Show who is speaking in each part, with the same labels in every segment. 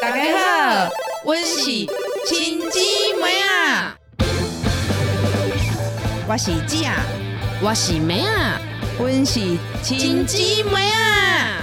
Speaker 1: 大家好，我是亲姊妹啊，我是姐啊，
Speaker 2: 我是妹啊，
Speaker 1: 我是
Speaker 2: 亲姊妹啊，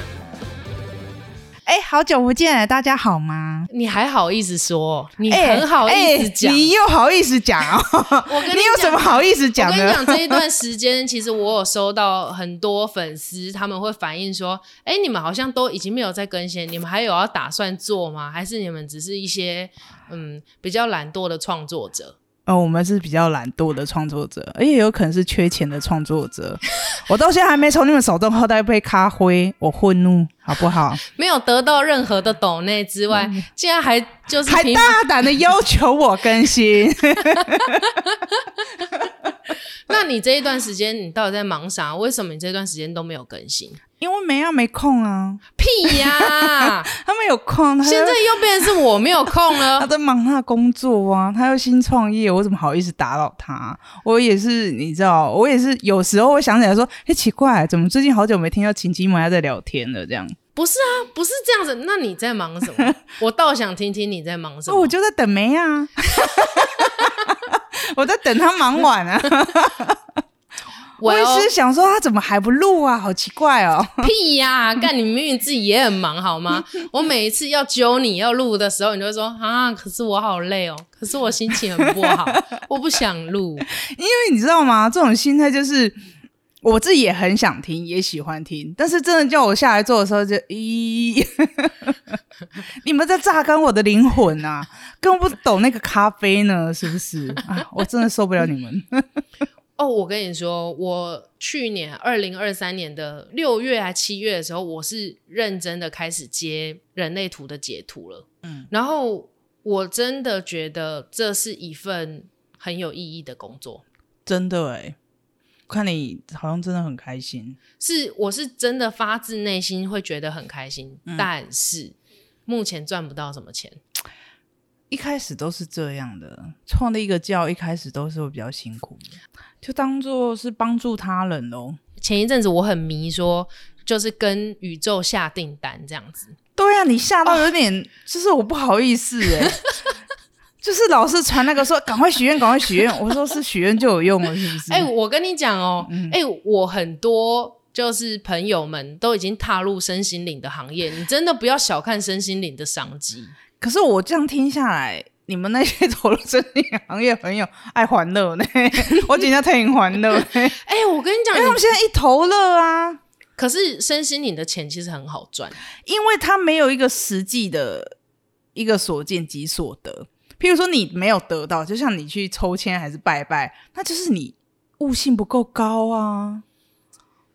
Speaker 1: 哎、好久不见，大家好吗？
Speaker 2: 你还好意思说？你
Speaker 1: 哎
Speaker 2: 很好意思讲。
Speaker 1: 哎你又好意思讲哦？
Speaker 2: 我跟你
Speaker 1: 你有什么好意思
Speaker 2: 讲？
Speaker 1: 讲
Speaker 2: 我跟你
Speaker 1: 的？
Speaker 2: 讲， 这一段时间，其实我有收到很多粉丝，他们会反映说：“哎、你们好像都已经没有在更新，你们还有要打算做吗？还是你们只是一些嗯比较懒惰的创作者
Speaker 1: 呃，我们是比较懒惰的创作者，而且有可能是缺钱的创作者。 我到现在还没从你们手中喝到一杯咖啡，我愤怒，好不好？
Speaker 2: 没有得到任何的抖内之外，竟然还就是
Speaker 1: 嗯还
Speaker 2: 平
Speaker 1: 大胆的要求我更新。
Speaker 2: 那你这一段时间你到底在忙啥？为什么你这段时间都没有更 新？
Speaker 1: 因为梅亚没空啊，
Speaker 2: 屁呀、
Speaker 1: 他们有空，他就
Speaker 2: 现在又变成是我没有空
Speaker 1: 他
Speaker 2: 了。
Speaker 1: 在忙他的工作啊，他又新创业，我怎么好意思打扰他？我也是，你知道，我也是有时候会想起来说，哎，奇怪，怎么最近好久没听到秦基摩亚在聊天了？这样，
Speaker 2: 不是啊，不是这样子。那你在忙什 么？我倒想听听你在忙什
Speaker 1: 哦，我
Speaker 2: 么。
Speaker 1: 就在等 梅啊，我在等他忙 完啊，我也
Speaker 2: 要
Speaker 1: 是想说他怎么还不录啊，好奇怪哦。
Speaker 2: 屁呀、干你明明自己也很忙好吗？我每一次要揪你要录的时候，你就会说啊，可是我好累哦，可是我心情很不好，我不想录。
Speaker 1: 因为你知道吗？这种心态就是我自己也很想听，也喜欢听，但是真的叫我下来做的时候就，咦， 你们在榨干我的灵魂啊！更不懂那个咖啡呢，是不是？啊，我真的受不了你们。
Speaker 2: 哦，我跟你说，我去年二零二三年的六月还七月的时候，我是认真的开始接人类图的截图了。嗯，然后我真的觉得这是一份很有意义的工作，
Speaker 1: 真的哎、看你好像真的很开心。
Speaker 2: 是我是真的发自内心会觉得很开心，但是目前赚不到什么钱。
Speaker 1: 一开始都是这样的，创立一个教一开始都是会比较辛苦的，就当做是帮助他人喽。
Speaker 2: 前一阵子我很迷说。就是跟宇宙下订单这样子，
Speaker 1: 对啊，你吓到有点， 就是我不好意思 哎、就是老是传那个说赶快许愿，赶快许愿。我说是许愿就有用了，是不是？
Speaker 2: 哎、我跟你讲哦、
Speaker 1: 嗯
Speaker 2: 哎、我很多就是朋友们都已经踏入身心灵的行业，你真的不要小看身心灵的商机。
Speaker 1: 可是我这样听下来，你们那些投入真理行业朋友爱欢乐 呢，我今天太欢乐欸呢，因
Speaker 2: 哎、我跟你讲
Speaker 1: 为他，们现在一头热啊，
Speaker 2: 可是身心灵的钱其实很好赚，
Speaker 1: 因为他没有一个实际的一个所见即所得。譬如说你没有得到，就像你去抽签还是拜拜，那就是你悟性不够高啊，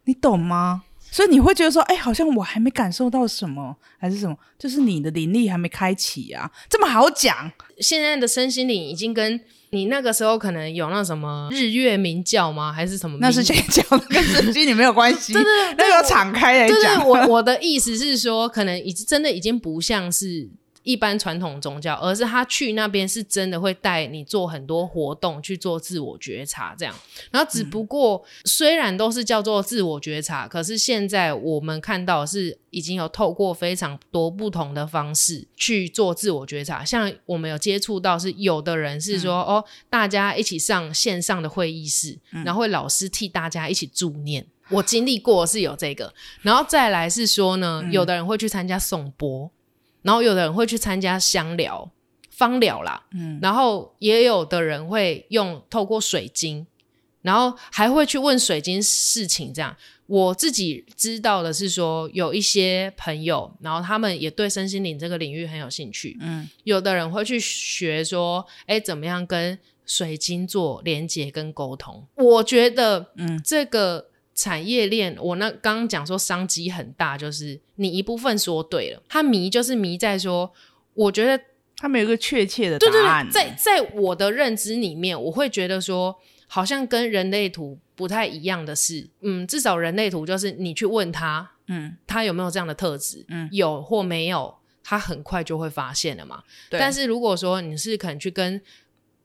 Speaker 1: 你懂吗？所以你会觉得说，哎、好像我还没感受到什么，还是什么，就是你的灵力还没开启啊，这么好讲，
Speaker 2: 现在的身心灵已经跟你那个时候可能有那什么日月明教吗？还是什么明？
Speaker 1: 那是先讲的跟神经你没有关系，
Speaker 2: 对对
Speaker 1: 那个要敞开来
Speaker 2: 对对，
Speaker 1: 讲，
Speaker 2: 我我的意思是说，可能已经真的已经不像是一般传统宗教，而是他去那边是真的会带你做很多活动，去做自我觉察这样。然后只
Speaker 1: 嗯
Speaker 2: 不过、虽然都是叫做自我觉察，可是现在我们看到是已经有透过非常多不同的方式去做自我觉察，像我们有接触到是有的人
Speaker 1: 嗯
Speaker 2: 是说、哦，大家一起上线上的会议室，
Speaker 1: 嗯
Speaker 2: 然后会老师替大家一起助念。我经历过是有这个，然后再来是说呢，有的人会去参加颂钵，然后有的人会去参加香疗、芳疗啦，嗯，然后也有的人会用透过水晶，然后还会去问水晶事情。这样，我自己知道的是说，有一些朋友，然后他们也对身心灵这个领域很有兴趣，
Speaker 1: 嗯，
Speaker 2: 有的人会去学说，哎，怎么样跟水晶做连接跟沟通？我觉得，嗯，这个产业链，我那刚刚讲说商机很大，就是你一部分说对了，它迷就是迷在说，我觉得
Speaker 1: 他们有一个确切的
Speaker 2: 对对
Speaker 1: 答案，
Speaker 2: 对，在在我的认知里面，我会觉得说，好像跟人类图不太一样的是，嗯，至少人类图就是你去问他，
Speaker 1: 嗯，
Speaker 2: 他有没有这样的特质，嗯，有或没有，他很快就会发现了嘛。
Speaker 1: 对
Speaker 2: 但是如果说你是可能去跟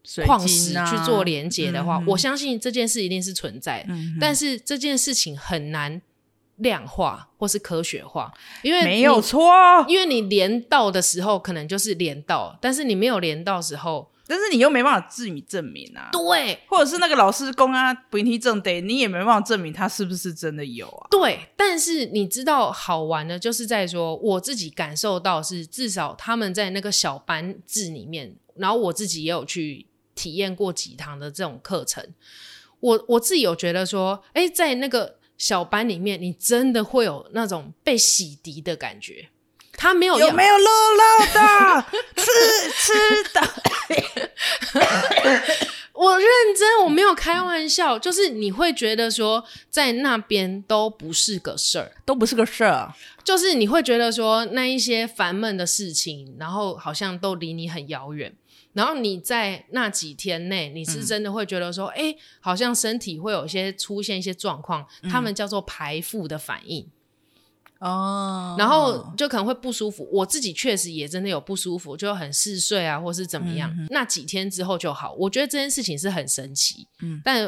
Speaker 1: 水
Speaker 2: 矿石
Speaker 1: 晶啊
Speaker 2: 去做连接的话，
Speaker 1: 嗯
Speaker 2: 我相信这件事一定是存在的，但是这件事情很难量化或是科学化，因为
Speaker 1: 没有
Speaker 2: 你
Speaker 1: 错。
Speaker 2: 因为你连到的时候可能就是连到，但是你没有连到的时候，
Speaker 1: 但是你又没办法自己证明啊，
Speaker 2: 对
Speaker 1: 或者是那个老师公安不一定正得，你也没办法证明他是不是真的有啊。
Speaker 2: 对，但是你知道好玩的，就是在说我自己感受到是至少他们在那个小班制里面，然后我自己也有去体验过几堂的这种课程，我我自己有觉得说，哎，在那个小班里面，你真的会有那种被洗涤的感觉。他没有
Speaker 1: 有
Speaker 2: 要
Speaker 1: 没有乐乐 的？吃吃的？
Speaker 2: 我认真，我没有开玩笑，就是你会觉得说，在那边都不是个事儿，
Speaker 1: 都不是个事儿。
Speaker 2: 就是你会觉得说那一些烦闷的事情，然后好像都离你很遥远。然后你在那几天内，你
Speaker 1: 嗯
Speaker 2: 是真的会觉得说，哎、好像身体会有一些出现一些状况，
Speaker 1: 嗯
Speaker 2: 他们叫做排腹的反应，
Speaker 1: 哦
Speaker 2: 然后就可能会不舒服。我自己确实也真的有不舒服，就很嗜睡啊，或是怎么样。
Speaker 1: 嗯
Speaker 2: 那几天之后就好，我觉得这件事情是很神奇。
Speaker 1: 嗯
Speaker 2: 但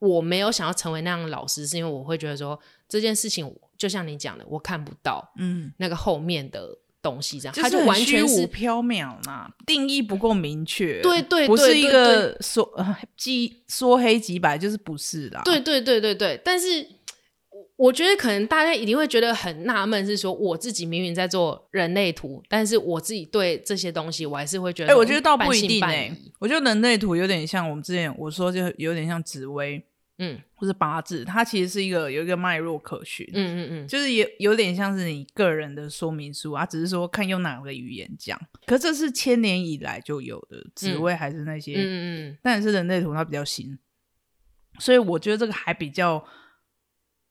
Speaker 2: 我没有想要成为那样的老师，是因为我会觉得说这件事情，就像你讲的，我看不到。
Speaker 1: 嗯，
Speaker 2: 那个后面的东西，这样
Speaker 1: 就
Speaker 2: 他
Speaker 1: 是
Speaker 2: 就
Speaker 1: 很
Speaker 2: 完
Speaker 1: 虚
Speaker 2: 全
Speaker 1: 无
Speaker 2: 是
Speaker 1: 缥缈啦，定义不够明确。
Speaker 2: 对对
Speaker 1: 不是
Speaker 2: 对
Speaker 1: 一
Speaker 2: 对
Speaker 1: 个说呃即说黑即白，就是不是啦。
Speaker 2: 对对对对对。但是我我觉得可能大家一定会觉得很纳闷，是说我自己明明在做人类图，但是我自己对这些东西，我还是会觉
Speaker 1: 哎、
Speaker 2: 得，
Speaker 1: 我觉得倒不一定
Speaker 2: 哎、
Speaker 1: 哎、我觉得人类图有点像我们之前我说，就有点像紫薇
Speaker 2: 嗯
Speaker 1: 或是八字，它其实是一个有一个脉络可循。
Speaker 2: 嗯嗯嗯，
Speaker 1: 就是也有点像是你个人的说明书啊，只是说看用哪个语言讲。可这是千年以来就有的，紫薇还是那些，
Speaker 2: 嗯嗯嗯，
Speaker 1: 但是人类图它比较新，所以我觉得这个还比较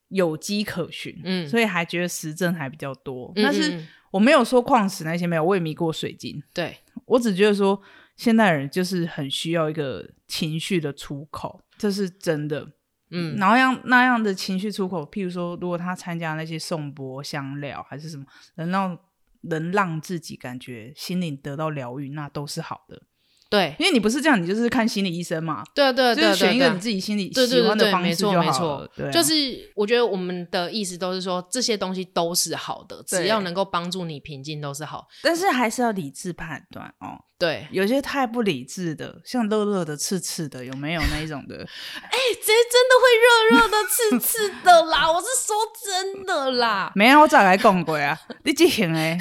Speaker 1: 有迹可循，
Speaker 2: 嗯
Speaker 1: 所以还觉得实证还比较多。
Speaker 2: 嗯
Speaker 1: 但是
Speaker 2: 嗯
Speaker 1: 我没有说矿石那些没有，我也迷过水晶，
Speaker 2: 对
Speaker 1: 我只觉得说现代人就是很需要一个情绪的出口，这是真的。
Speaker 2: 嗯
Speaker 1: 然后让那样的情绪出口，譬如说，如果他参加那些颂钵、香料还是什么，能让能让自己感觉心灵得到疗愈，那都是好的。
Speaker 2: 对
Speaker 1: 因为你不是这样，你就是看心理医生嘛，
Speaker 2: 对啊对啊对
Speaker 1: 就
Speaker 2: 啊
Speaker 1: 是选一
Speaker 2: 对啊
Speaker 1: 个你自己心里
Speaker 2: 对对
Speaker 1: 喜
Speaker 2: 对
Speaker 1: 欢的
Speaker 2: 对，
Speaker 1: 方
Speaker 2: 没
Speaker 1: 式
Speaker 2: 错
Speaker 1: 就
Speaker 2: 没
Speaker 1: 好
Speaker 2: 错
Speaker 1: 了。，对啊，
Speaker 2: 就是我觉得我们的意思都是说这些东西都是好的，只
Speaker 1: 对
Speaker 2: 要能够帮助你平静都是好。
Speaker 1: 但是还是要理智判断哦。
Speaker 2: 对，
Speaker 1: 有些太不理智的，像乐乐的、刺刺的，有没有那一种 的？
Speaker 2: 谁哎真的会热热的、刺刺的 啦？我是说真的啦，
Speaker 1: 没有，我早来讲过 啊，你这行哎，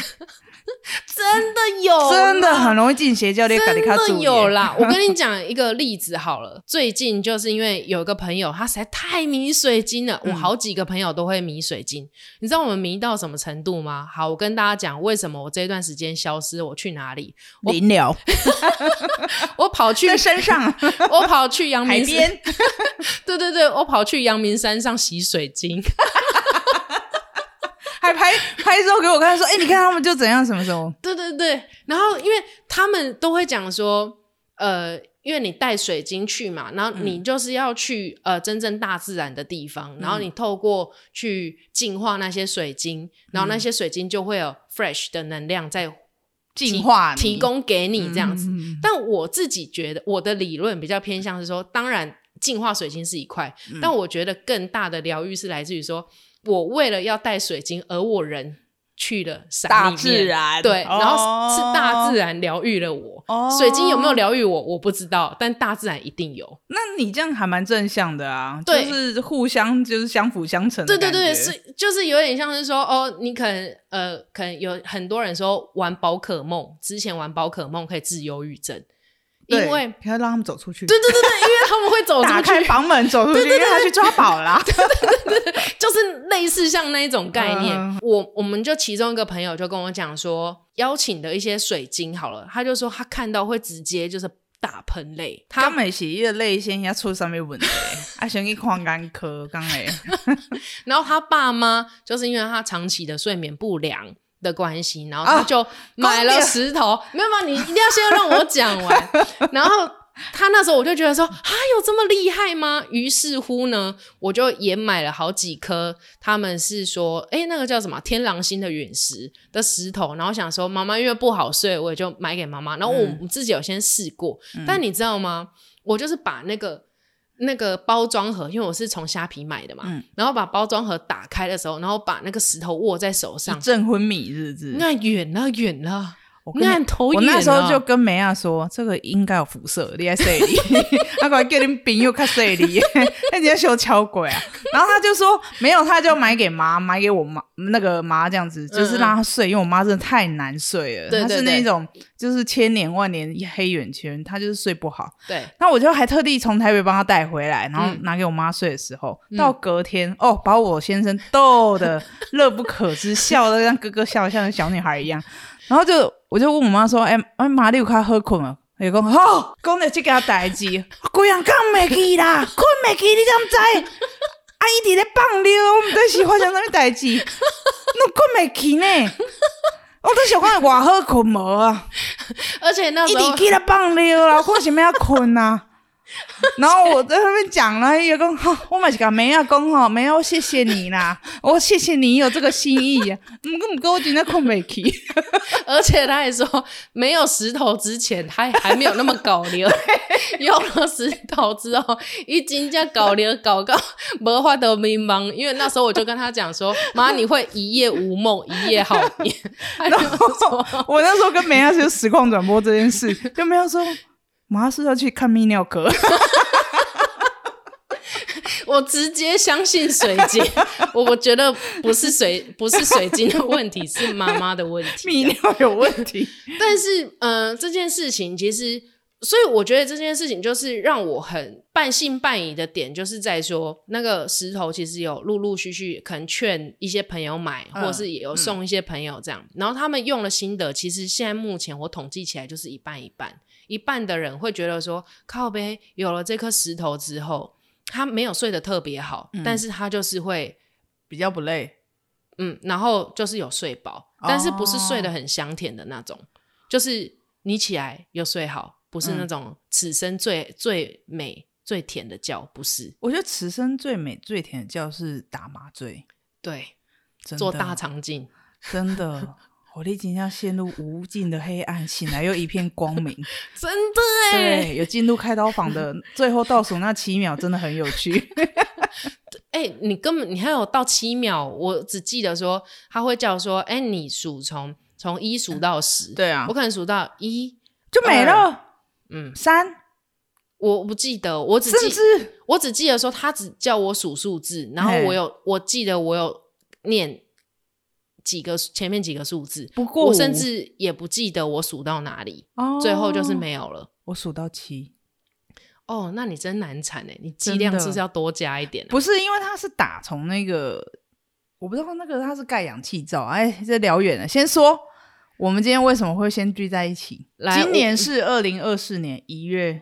Speaker 2: 真的有，
Speaker 1: 真的很。容易进邪教，你自己较
Speaker 2: 哦真
Speaker 1: 注
Speaker 2: 的
Speaker 1: 意
Speaker 2: 有啦！我跟你讲一个例子好了， 最近就是因为有一个朋友，他实在太迷水晶了，
Speaker 1: 嗯
Speaker 2: 我好几个朋友都会迷水晶。你知道我们迷到什么程度吗？好，我跟大家讲为什么我这段时间消失，我去哪 里？
Speaker 1: 灵疗
Speaker 2: 我跑去
Speaker 1: 在，身上、
Speaker 2: 我跑去阳
Speaker 1: 海
Speaker 2: 明山，
Speaker 1: 边。
Speaker 2: 对对对，我跑去阳明山上洗水晶。
Speaker 1: 还拍拍照给我看，说：“哎、你看他们就怎样什么什么。
Speaker 2: 对对对，然后因为他们都会讲说，呃，因为你带水晶去嘛，然后
Speaker 1: 嗯
Speaker 2: 你就是要去、呃真正大自然的地方，然后你透过去净化那些水晶，然
Speaker 1: 嗯
Speaker 2: 后那些水晶就会有 fresh 的能量在提
Speaker 1: 净化你
Speaker 2: 提供给你这样子。
Speaker 1: 嗯
Speaker 2: 但我自己觉得我的理论比较偏向是说，当然净化水晶是一块，
Speaker 1: 嗯
Speaker 2: 但我觉得更大的疗愈是来自于说我为了要带水晶，而我人去了山里
Speaker 1: 大
Speaker 2: 面
Speaker 1: 自然
Speaker 2: 对，然后
Speaker 1: 哦
Speaker 2: 是大自然疗愈了我。
Speaker 1: 哦
Speaker 2: 水晶有没有？疗愈我，我不知道，但大自然一定有。
Speaker 1: 那你这样还蛮正向的啊，
Speaker 2: 对
Speaker 1: 就是互相就是相辅相成的
Speaker 2: 对对对，
Speaker 1: 感觉
Speaker 2: 是就是有点像是说，哦，你可能呃，可能有很多人说玩宝可梦，之前玩宝可梦可以治忧郁症，因
Speaker 1: 对
Speaker 2: 为
Speaker 1: 要让他们走出去，
Speaker 2: 对对对对，因为他们会走
Speaker 1: 打
Speaker 2: 出
Speaker 1: 开
Speaker 2: 去，
Speaker 1: 房门走出去，因为他去抓宝啦。
Speaker 2: 就是类似像那一种概念。
Speaker 1: 嗯
Speaker 2: 我我们就其中一个朋友就跟我讲说，邀请的一些水晶好了，他就说他看到会直接就是大喷泪，
Speaker 1: 他
Speaker 2: 他
Speaker 1: 们是一个泪腺要出上面问题，啊，先去看眼科，刚诶，
Speaker 2: 然后他爸妈就是因为他长期的睡眠不良。的关系，然后他
Speaker 1: 啊
Speaker 2: 就买了
Speaker 1: 公牛
Speaker 2: 石头，没有没有，你一定要先让我讲完。 然后他那时候我就觉得说，啊，有这么厉害吗？于是乎呢，我就也买了好几颗，他们是说，哎、那个叫什么天狼星的陨石的石头，然后想说妈妈因为不好睡，我也就买给妈妈。然后我
Speaker 1: 嗯
Speaker 2: 我自己有先试过，但你知道吗？我就是把那个那个包装盒，因为我是从虾皮买的嘛，
Speaker 1: 嗯
Speaker 2: 然后把包装盒打开的时候，然后把那个石头握在手上
Speaker 1: 一，阵昏迷，是不是？
Speaker 2: 那远了远了，
Speaker 1: 我跟你
Speaker 2: 那头
Speaker 1: 我
Speaker 2: 远了。啊
Speaker 1: 那时候就跟梅亚说，这个应该有辐射，你在 水里，他管叫你朋友看水 里，他直接修敲鬼啊。然后他就说没有，他就买给妈，买给我妈那个妈这样子，就是让她睡，因为我妈真的太难睡了，
Speaker 2: 对对
Speaker 1: 她是那
Speaker 2: 对
Speaker 1: 种就是千年万年黑眼圈，她就是睡不好。
Speaker 2: 对，
Speaker 1: 那我就还特地从台北帮她带回来，然后
Speaker 2: 嗯
Speaker 1: 拿给我妈睡的时候，到隔天哦，把我先生逗的乐不可支，笑的像咯咯笑，像个小女孩一样。然后就我就问我妈说：“哎、哎妈，你有较好困吗？”她就讲：“哦，讲着这件代志，规人讲袂去啦，困袂去，你怎么知？啊，伊伫咧放尿，我毋知是发生啥物代志， 侬困袂去呢？ 我都想看偌好困无啊。”
Speaker 2: 而且那
Speaker 1: 一
Speaker 2: 时候
Speaker 1: 直去了放尿 啦，我想要困啊。然后我在那边讲了，也讲哈，我嘛是讲梅亚讲吼，梅亚我谢谢你 啦，我谢谢你有这个心意啊。唔过唔过，我真的困袂 去，
Speaker 2: 而且他还说，没有石头之前，他还没有那么搞流。 有了石头之后，一斤价搞流搞到没法得迷茫。因为那时候我就跟他讲说：“妈，你会一夜无梦，一夜好眠。”他就说
Speaker 1: 我那时候跟梅亚是实况转播这件事，就没有说马是要去看泌尿 科，：“
Speaker 2: 我直接相信水晶， 我我觉得不是水，不是水晶的问题，是妈妈的问题。”啊
Speaker 1: 泌尿有问题。
Speaker 2: 但是，呃，这件事情其实，所以我觉得这件事情就是让我很半信半疑的点，就是在说那个石头其实有陆陆续续可能劝一些朋友买，
Speaker 1: 嗯
Speaker 2: 或者是也有送一些朋友这样，然后他们用了心得，其实现在目前我统计起来就是一半一半，一半的人会觉得说靠呗，有了这颗石头之后，他没有睡得特别好，
Speaker 1: 嗯
Speaker 2: 但是他就是会。
Speaker 1: 比较不累，
Speaker 2: 嗯，然后就是有睡饱，但是不是睡
Speaker 1: 哦
Speaker 2: 得很香甜的那种，就是你起来又睡好，不
Speaker 1: 嗯
Speaker 2: 是那种此生最、最美最甜的觉，不是？
Speaker 1: 我觉得此生最美最甜的叫是打麻醉，
Speaker 2: 对，
Speaker 1: 真的
Speaker 2: 做大肠镜，
Speaker 1: 真的，我历经要陷入无尽的黑暗，醒来又一片光明。
Speaker 2: 真的哎、
Speaker 1: 对，有进入开刀 房的最后倒数那七秒真的很有趣。
Speaker 2: 哎、你根本你还有到七秒，我只记得说他会叫说，哎、你数从从一数到十，、
Speaker 1: 对啊
Speaker 2: 我可能数到一，
Speaker 1: 就没了。
Speaker 2: 嗯，
Speaker 1: 三，
Speaker 2: 我不记得，我只
Speaker 1: 甚
Speaker 2: 记
Speaker 1: 至
Speaker 2: 我只记得说他只叫我数数字，然后
Speaker 1: 嘿
Speaker 2: 我有我记得我有念几个前面几个数字，
Speaker 1: 不过
Speaker 2: 我
Speaker 1: 五
Speaker 2: 甚至也不记得我数到哪里，
Speaker 1: 哦
Speaker 2: 最后就是。没有了。
Speaker 1: 我数到七，
Speaker 2: 哦，那你真难产哎、你剂
Speaker 1: 真的
Speaker 2: 量是不是要多加一点啊、
Speaker 1: 不是因为他是打从那个，我不知道那个他是盖氧气罩。哎，这聊远了，先说我们今天为什么会先聚在一起？
Speaker 2: 来
Speaker 1: 今年是二零二四年一月，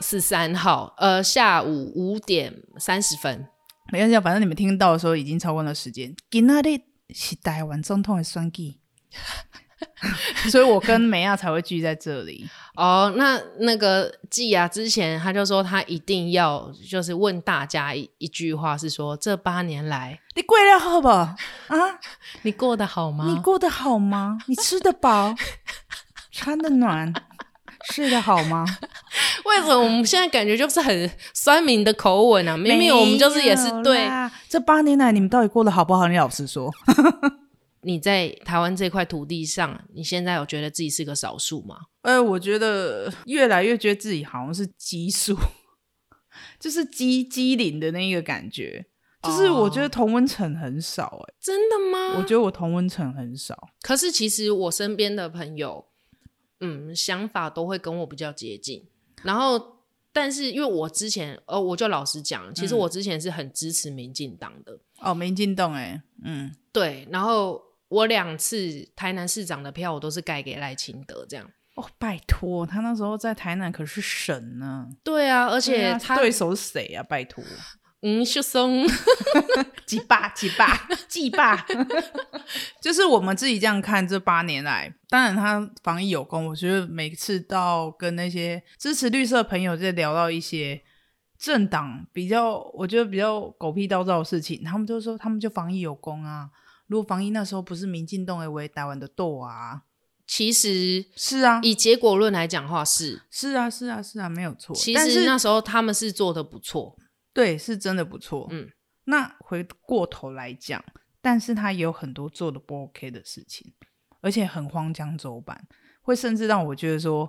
Speaker 2: 十三号，呃，下午五点三十分，
Speaker 1: 没关系啊，反正你们听到的时候已经超过了时间。今仔日是台湾总统的选举， 所以我跟梅亚才会聚在这里。
Speaker 2: 哦，那那个季啊，之前他就说他一定要就是问大家一一句话，是说这八年来
Speaker 1: 你过得好不好啊？
Speaker 2: 你过得好吗？
Speaker 1: 你过得好吗？你吃得饱，穿得暖，睡得好吗？
Speaker 2: 为什么我们现在感觉就是很酸民的口吻啊？明明我们就是也是
Speaker 1: 没
Speaker 2: 对
Speaker 1: 有啦这八年来，你们到底过得好不好？你老实说，
Speaker 2: 你在台湾这块土地上，你现在有觉得自己是个少数吗？
Speaker 1: 呃，我觉得越来越觉得自己好像是激素， 就是激激灵的那个感觉。就是我觉得同温层很少、欸，
Speaker 2: 真的吗？
Speaker 1: 我觉得我同温层很少。
Speaker 2: 可是其实我身边的朋友，嗯，想法都会跟我比较接近。然后，但是因为我之前，呃，我就老实讲，其实我之前是很支持民进党的，
Speaker 1: 哦，没进洞哎，嗯，
Speaker 2: 对。然后我两次台南市长的票，我都是盖给赖清德这样。
Speaker 1: 哦，拜托，他那时候在台南可是神呢、
Speaker 2: 对啊，而
Speaker 1: 而
Speaker 2: 且他，
Speaker 1: 对手是谁啊？拜 托，
Speaker 2: 嗯，秀松。
Speaker 1: 几霸几 霸几霸，就是我们自己这样看这八年来，当然他防疫有功，我觉得每次到跟那些支持绿色朋友在聊到一些政党比较，我觉得比较狗屁倒灶的事情，他们就说他们就防疫有功啊。如果防疫那时候不是民进党的围台湾的斗啊，
Speaker 2: 其实
Speaker 1: 是啊，
Speaker 2: 以结果论来讲话是，
Speaker 1: 是啊，是啊，是啊，没有错。
Speaker 2: 其
Speaker 1: 但
Speaker 2: 实
Speaker 1: 是
Speaker 2: 那时候他们是做的不错，
Speaker 1: 对，是真的不错。
Speaker 2: 嗯，
Speaker 1: 那回过头来讲，但是他也有很多做的不 OK 的事情，而且很荒腔走板，会甚至让我觉得说，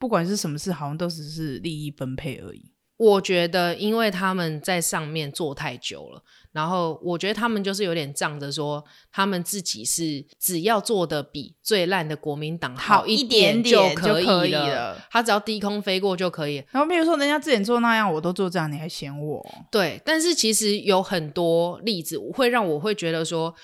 Speaker 1: 不管是什么事，好像都只是利益分配而已。
Speaker 2: 我觉得，因为他们在上面做太久了，然后我觉得他们就是有点仗着说，他们自己是只要做的比最烂的国民党
Speaker 1: 好
Speaker 2: 一
Speaker 1: 一点
Speaker 2: 就
Speaker 1: 点就
Speaker 2: 可以
Speaker 1: 可以
Speaker 2: 了
Speaker 1: 了，
Speaker 2: 他只要低空飞过就可以了。
Speaker 1: 然后比如说人家之前做那样，我都做这样，你还嫌我？哦
Speaker 2: 对，但是其实有很多例子会让我会觉得说，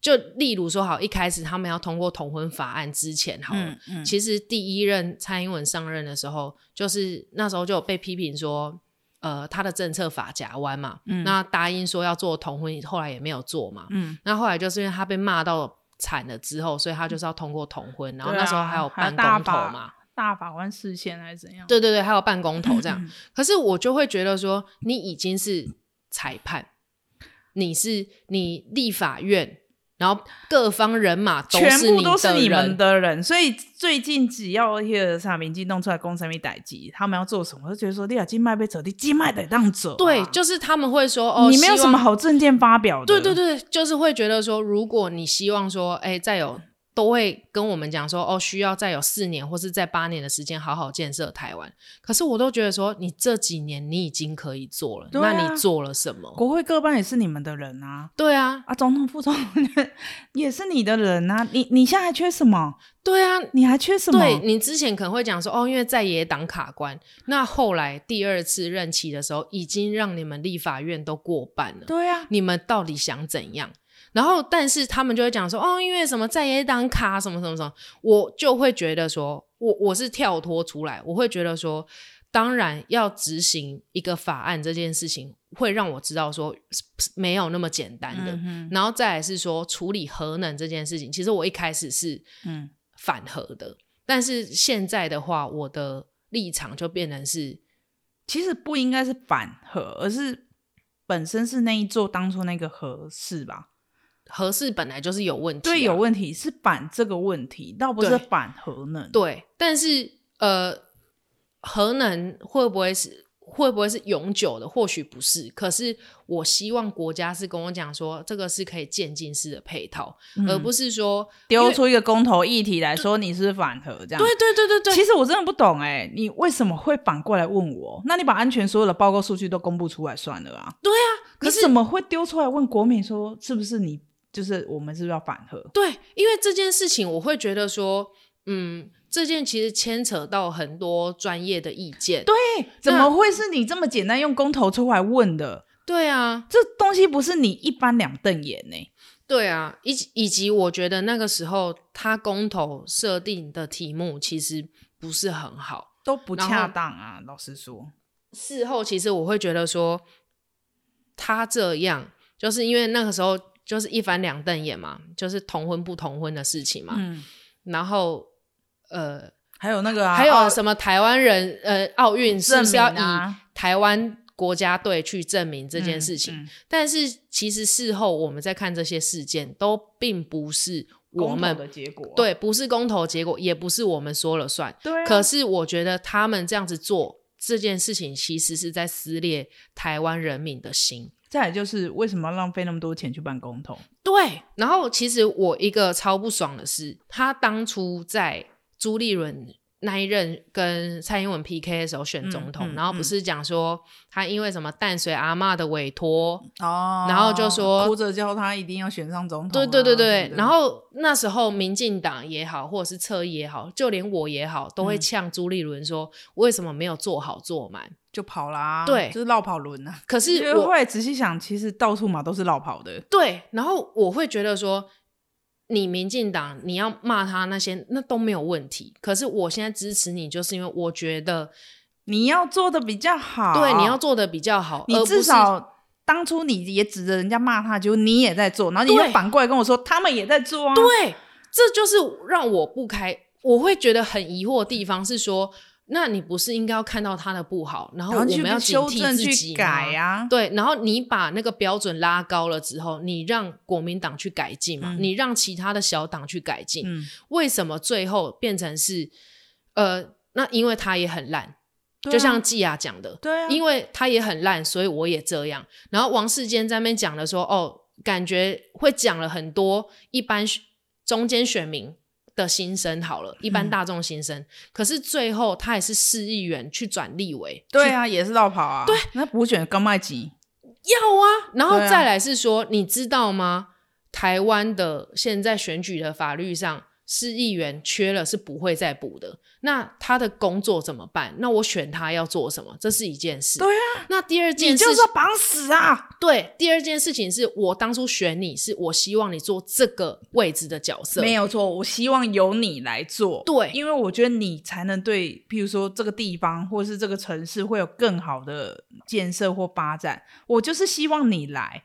Speaker 2: 就例如说好，一开始他们要通过同婚法案之前，好了，
Speaker 1: 嗯嗯，
Speaker 2: 其实第一任蔡英文上任的时候，就是那时候就有被批评说，呃，他的政策法夹弯嘛，
Speaker 1: 嗯
Speaker 2: 那答应说要做同婚，后来也没有做嘛，
Speaker 1: 嗯，
Speaker 2: 那后来就是因为他被骂到惨了之后，所以他就是要通过同婚，然后
Speaker 1: 对
Speaker 2: 那时候
Speaker 1: 啊
Speaker 2: 还有
Speaker 1: 还有
Speaker 2: 办
Speaker 1: 大
Speaker 2: 公投
Speaker 1: 法
Speaker 2: 嘛，
Speaker 1: 大法官视线还是怎样？
Speaker 2: 对对对，还有办公投这
Speaker 1: 嗯
Speaker 2: 样。可是我就会觉得说，你已经是裁判，你是你立法院，然后各方人马都
Speaker 1: 全
Speaker 2: 是
Speaker 1: 部
Speaker 2: 你
Speaker 1: 都是
Speaker 2: 的
Speaker 1: 你们
Speaker 2: 人。
Speaker 1: 的人，所以最近只要迄个啥民进弄出来公三米代机，他们要做什么，就觉得说你把啊金麦被走，你金麦得当走、
Speaker 2: 对，就是他们会说哦，
Speaker 1: 你没有
Speaker 2: 希
Speaker 1: 什
Speaker 2: 望
Speaker 1: 么好证件发表的。
Speaker 2: 对对对，就是会觉得说，如果你希望说，哎，再有都会跟我们讲说，哦，需要再有四年或是再八年的时间好好建设台湾。可是我都觉得说，你这几年你已经可以做了，
Speaker 1: 对
Speaker 2: 那
Speaker 1: 啊
Speaker 2: 你做了什么？
Speaker 1: 国会各班也是你们的人啊，
Speaker 2: 对啊，
Speaker 1: 啊，总统副总统 也是你的人啊，你你现在还缺什么？
Speaker 2: 对啊。
Speaker 1: 你还缺什么？
Speaker 2: 对你之前可能会讲说哦，因为在野党卡关，那后来第二次任期的时候，已经让你们立法院都过半了。
Speaker 1: 对啊，
Speaker 2: 你们到底想怎样？然后，但是他们就会讲说，哦，因为什么在野党卡什么什么什么，我就会觉得说，我我是跳脱出来，我会觉得说，当然要执行一个法案这件事情，会让我知道说是是没有那么简单的。
Speaker 1: 嗯
Speaker 2: 然后再来是说处理核能这件事情，其实我一开始是
Speaker 1: 哼嗯，
Speaker 2: 反核的，但是现在的话，我的立场就变成是
Speaker 1: 其实不应该是反核，而是本身是那一座当初那个核是吧？
Speaker 2: 核适本来就是有问题、啊，
Speaker 1: 对，有问题是反这个问题，倒不是
Speaker 2: 对
Speaker 1: 反核能。
Speaker 2: 对，但是呃，核能会不会是会不会是永久的？或许不是，可是我希望国家是跟我讲说，这个是可以渐进式的配套，
Speaker 1: 嗯
Speaker 2: 而不是说
Speaker 1: 丢出一个公投议题来说你是反核这样。
Speaker 2: 对对对对对，
Speaker 1: 其实我真的不懂哎、你为什么会反过来问我？那你把安全所有的报告数据都公布出来算了啊。
Speaker 2: 可
Speaker 1: 你
Speaker 2: 是
Speaker 1: 怎么会丢出来问国民说是不是你就是我们是不是要反核？
Speaker 2: 对，因为这件事情，我会觉得说，嗯，这件其实牵扯到很多专业的意见，对
Speaker 1: 哎、怎么会是你这么简单用公投出来问的？
Speaker 2: 对啊，
Speaker 1: 这东西不是你一翻两瞪眼呢、
Speaker 2: 对啊，以及以及我觉得那个时候他公投设定的题目其实不是很好。
Speaker 1: 都不
Speaker 2: 然后
Speaker 1: 恰当啊！老实说，
Speaker 2: 事后其实我会觉得说，他这样就是因为那个时候就是一翻两瞪眼嘛，就是同婚不同婚的事情嘛。
Speaker 1: 嗯，
Speaker 2: 然后呃，
Speaker 1: 还有那个、啊，
Speaker 2: 还有
Speaker 1: 哦
Speaker 2: 什么台湾人呃奥运是不是要
Speaker 1: 证
Speaker 2: 以
Speaker 1: 明啊
Speaker 2: 台湾国家队去证明这件事情？
Speaker 1: 嗯嗯
Speaker 2: 但是其实事后我们在看这些事件，都并不是我
Speaker 1: 公投
Speaker 2: 们
Speaker 1: 的结果，
Speaker 2: 对，不是公投结果，也不是我们说了算。
Speaker 1: 对啊、
Speaker 2: 可是我觉得他们这样子做这件事情，其实是在撕裂台湾人民的心。
Speaker 1: 再来就是为什么要浪费那么多钱去办公投？
Speaker 2: 对，然后其实我一个超不爽的是，他当初在朱立伦那一任跟蔡英文 PK 的时候选总统，
Speaker 1: 嗯嗯
Speaker 2: 然后不
Speaker 1: 嗯
Speaker 2: 是讲说他因为什么淡水阿嬷的委托，
Speaker 1: 哦
Speaker 2: 然后就说
Speaker 1: 哭着叫他一定要选上总统、啊。
Speaker 2: 对对对
Speaker 1: 什么
Speaker 2: 对，
Speaker 1: 的
Speaker 2: 然后那时候民进党也好，或者是侧翼也好，就连我也好，都会
Speaker 1: 嗯
Speaker 2: 呛朱立伦说为什么没有做好做满。
Speaker 1: 就跑啦，
Speaker 2: 对
Speaker 1: 就是绕跑轮啊。
Speaker 2: 可
Speaker 1: 其
Speaker 2: 是
Speaker 1: 实
Speaker 2: 我
Speaker 1: 后来仔细想，其实到处嘛都是绕跑的，
Speaker 2: 对，然后我会觉得说，你民进党你要骂他那些那都没有问题，可是我现在支持你，就是因为我觉得
Speaker 1: 你要做的比较好，
Speaker 2: 对你要，做的比较好，而
Speaker 1: 你
Speaker 2: 不
Speaker 1: 至
Speaker 2: 是
Speaker 1: 少当初你也指着人家骂他，就你也在做，然后你
Speaker 2: 对
Speaker 1: 又反过来跟我说他们也在做啊，
Speaker 2: 对，这就是让我不开，我会觉得很疑惑的地方是说，那你不是应该要看到他的不好，然后
Speaker 1: 然后
Speaker 2: 我
Speaker 1: 你去
Speaker 2: 们要警
Speaker 1: 修
Speaker 2: 惕
Speaker 1: 正
Speaker 2: 自
Speaker 1: 去
Speaker 2: 己
Speaker 1: 改
Speaker 2: 吗
Speaker 1: 啊，
Speaker 2: 对，然后你把那个标准拉高了之后，你让国民党去改进嘛，
Speaker 1: 嗯
Speaker 2: 你让其他的小党去改进，
Speaker 1: 嗯，
Speaker 2: 为什么最后变成是，呃，那因为他也很烂，
Speaker 1: 对啊
Speaker 2: 就像季亚讲的，
Speaker 1: 对啊，
Speaker 2: 因为他也很烂，所以我也这样。然后王世坚在那边讲的说，哦，感觉会讲了很多一般选中间选民的心声，好了，一般
Speaker 1: 嗯
Speaker 2: 大众心声，可是最后他也是市议员去转立委，
Speaker 1: 对啊，也是绕跑啊，对，那补选刚卖几，
Speaker 2: 要啊，然后
Speaker 1: 对啊
Speaker 2: 再来是说，你知道吗？台湾的现在选举的法律上，市议员缺了是不会再补的。那他的工作怎么办？那我选他要做什么？这是一件事。
Speaker 1: 对
Speaker 2: 啊。那第二
Speaker 1: 你
Speaker 2: 件事
Speaker 1: 就是要绑死啊，
Speaker 2: 对，第二件事情是我当初选你是我希望你做这个位置的角色。
Speaker 1: 没有错，我希望由你来做，
Speaker 2: 对
Speaker 1: 因为我觉得你才能对，譬如说这个地方或是这个城市会有更好的建设或发展。我就是希望你来。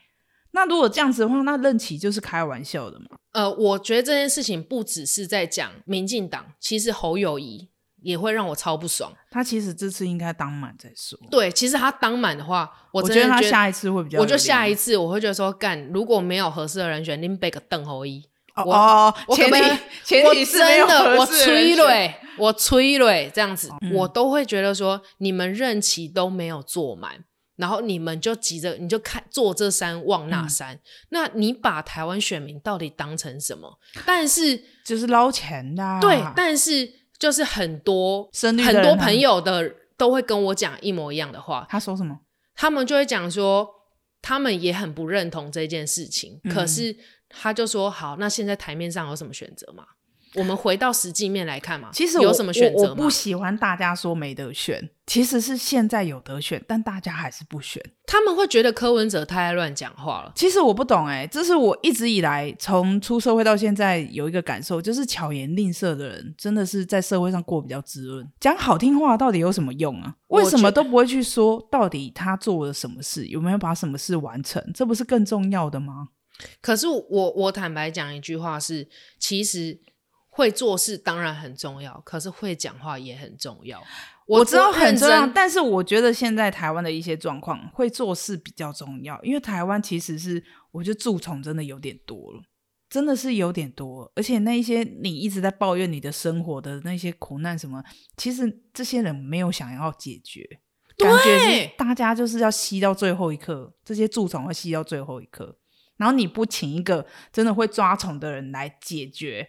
Speaker 1: 那如果这样子的话，那任期就是开玩笑的嘛。
Speaker 2: 呃，我觉得这件事情不只是在讲民进党，其实侯友谊也会让我超不爽。
Speaker 1: 他其实这次应该当满再说。
Speaker 2: 对，其实他当满的话，我
Speaker 1: 我
Speaker 2: 真
Speaker 1: 觉
Speaker 2: 的
Speaker 1: 得他
Speaker 2: 觉得
Speaker 1: 下一次会比较有
Speaker 2: 我
Speaker 1: 力，
Speaker 2: 就下一次我会觉得说，干如果没有合适的人选，另备个邓侯一，
Speaker 1: 哦
Speaker 2: 我
Speaker 1: 哦，
Speaker 2: 我可
Speaker 1: 前
Speaker 2: 不可以
Speaker 1: 提前
Speaker 2: 我
Speaker 1: 提是没
Speaker 2: 真
Speaker 1: 有
Speaker 2: 的
Speaker 1: 合
Speaker 2: 我
Speaker 1: 适的人
Speaker 2: 催
Speaker 1: 选
Speaker 2: 泪，我催泪这样子，
Speaker 1: 嗯
Speaker 2: 我都会觉得说，你们任期都没有做满。然后你们就急着，你就看坐这山望
Speaker 1: 嗯
Speaker 2: 那山，那你把台湾选民到底当成什么？但是，
Speaker 1: 就是捞钱的、啊。
Speaker 2: 对，但是就是很多
Speaker 1: 深绿的
Speaker 2: 很多
Speaker 1: 人他啊
Speaker 2: 朋友的都会跟我讲一模一样的话，
Speaker 1: 他说什么？
Speaker 2: 他们就会讲说，他们也很不认同这件事情，
Speaker 1: 嗯
Speaker 2: 可是他就说，好，那现在台面上有什么选择吗？我们回到实际面来看嘛，
Speaker 1: 其实我
Speaker 2: 有什么选
Speaker 1: 我？
Speaker 2: 择
Speaker 1: 我
Speaker 2: 吗
Speaker 1: 不？喜欢大家说没得选，其实是现在有得选，但大家还是不选。
Speaker 2: 他们会觉得柯文哲太爱乱讲话了，
Speaker 1: 其实我不懂哎、这是我一直以来从出社会到现在有一个感受，就是巧言令色的人真的是在社会上过得比较滋润。讲好听话到底有什么用啊？
Speaker 2: 我
Speaker 1: 为
Speaker 2: 觉
Speaker 1: 什么都不会去说到底他做了什么事，有没有把什么事完成？这不是更重要的吗？
Speaker 2: 可是我我坦白讲一句话是，其实会做事当然很重要，可是会讲话也很重要。
Speaker 1: 我知道很重
Speaker 2: 认
Speaker 1: 要，
Speaker 2: 真
Speaker 1: 但是我觉得现在台湾的一些状况会做事比较重要，因为台湾其实是我觉得蛀虫真的有点多了，真的是有点多了，而且那一些你一直在抱怨你的生活的那些苦难什么，其实这些人没有想要解决，感觉是
Speaker 2: 对
Speaker 1: 大家就是要吸到最后一刻，这些蛀虫会吸到最后一刻，然后你不请一个真的会抓虫的人来解决。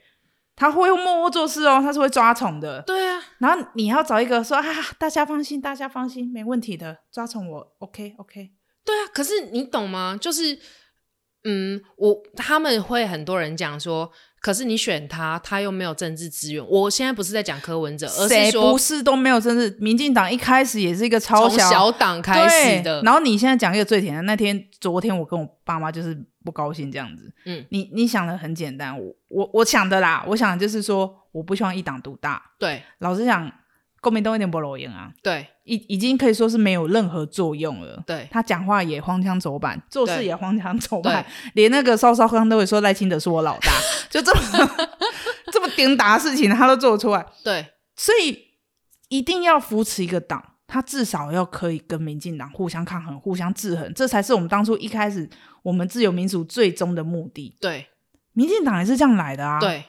Speaker 1: 他会默默做事哦，他是会抓虫的。
Speaker 2: 对啊，
Speaker 1: 然后你要找一个说啊，大家放心，大家放心，没问题的，抓虫我 OK OK，
Speaker 2: 对啊，可是你懂吗？就是，嗯，我他们会很多人讲说，可是你选他，他又没有政治资源。我现在不是在讲柯文哲，而
Speaker 1: 谁
Speaker 2: 是
Speaker 1: 不
Speaker 2: 说
Speaker 1: 是都没有政治？民进党一开始也是一个超
Speaker 2: 从小党开始
Speaker 1: 对
Speaker 2: 的。
Speaker 1: 然后你现在讲一个最简单，那天昨天我跟我爸妈就是不高兴这样子，
Speaker 2: 嗯，
Speaker 1: 你你想的很简单，我我我想的啦，我想的就是说我不希望一党独大，
Speaker 2: 对
Speaker 1: 老实讲，国民党一点不容易啊，
Speaker 2: 对
Speaker 1: 已已经可以说是没有任何作用了。
Speaker 2: 对
Speaker 1: 他讲话也荒腔走板，做事
Speaker 2: 对
Speaker 1: 也荒腔走板，连那个烧烧香都会说赖清德是我老大， 就这么这么顶打的事情他都做出来，
Speaker 2: 对
Speaker 1: 所以一定要扶持一个党，他至少要可以跟民进党互相抗衡、互相制衡，这才是我们当初一开始我们自由民主最终的目的。
Speaker 2: 对
Speaker 1: 民进党也是这样来的啊，，
Speaker 2: 对，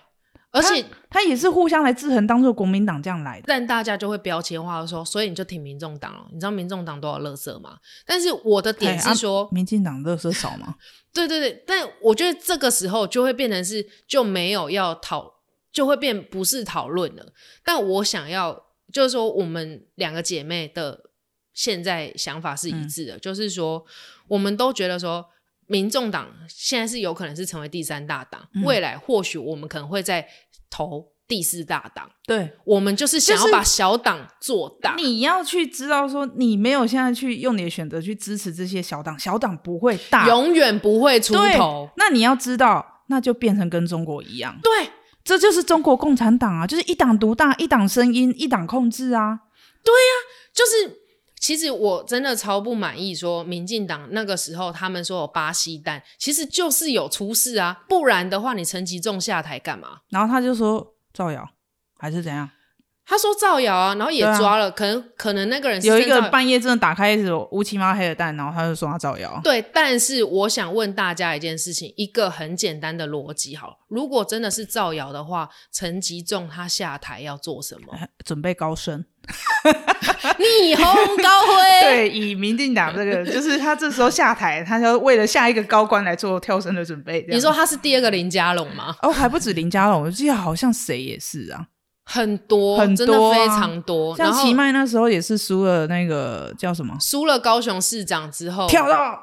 Speaker 2: 而且
Speaker 1: 他也是互相来制衡，当做国民党这样来的。
Speaker 2: 但大家就会标签化说，所以你就挺民众党了。哦你知道民众党多少垃圾吗？但是我的点
Speaker 1: 哎
Speaker 2: 是说，
Speaker 1: 民进党乐色少吗？
Speaker 2: 对对对，但我觉得这个时候就会变成是就没有要讨，就会变不是讨论了。但我想要就是说，我们两个姐妹的现在想法是一
Speaker 1: 嗯
Speaker 2: 致的，就是说我们都觉得说。民众党现在是有可能是成为第三大党，
Speaker 1: 嗯
Speaker 2: 未来或许我们可能会再投第四大党。
Speaker 1: 对，
Speaker 2: 我们就是想
Speaker 1: 就
Speaker 2: 要
Speaker 1: 是
Speaker 2: 把小党做大，
Speaker 1: 你要去知道说，你没有现在去用你的选择去支持这些小党，小党不会大
Speaker 2: 永远不会出
Speaker 1: 对
Speaker 2: 头。。
Speaker 1: 那你要知道，那就变成跟中国一样，
Speaker 2: 对，
Speaker 1: 这就是中国共产党啊，就是一党独大，一党声音，一党控制啊。
Speaker 2: 就是其实我真的超不满意，说民进党那个时候他们说有巴西蛋，其实就是有出事啊，不然的话你陈吉仲下台干嘛？
Speaker 1: 然后他就说造谣还是怎样？
Speaker 2: 他说造谣啊，然后也
Speaker 1: 对啊
Speaker 2: 抓了，可能可能那个人是
Speaker 1: 有一
Speaker 2: 真造
Speaker 1: 个
Speaker 2: 谣
Speaker 1: 半夜真的打开一只乌漆嘛黑的蛋，然后他就说他造谣。
Speaker 2: 对，但是我想问大家一件事情，一个很简单的逻辑，好了，如果真的是造谣的话，陈吉仲他下台要做什 么？
Speaker 1: 呃准备高升，
Speaker 2: 你鸿高辉，
Speaker 1: 对，以民进党这个，就是他这时候下台，他要为了下一个高官来做跳升的准备。这样
Speaker 2: 你说他是第二个林佳龙吗？
Speaker 1: 哦，还不止林佳龙，我记得好像谁也是啊，
Speaker 2: 很多，
Speaker 1: 很
Speaker 2: 真的
Speaker 1: 多啊
Speaker 2: 非常多。哦然
Speaker 1: 像
Speaker 2: 后哦
Speaker 1: 齐麦那时候也是输了那个叫什么，
Speaker 2: 输了高雄市长之后，
Speaker 1: 跳到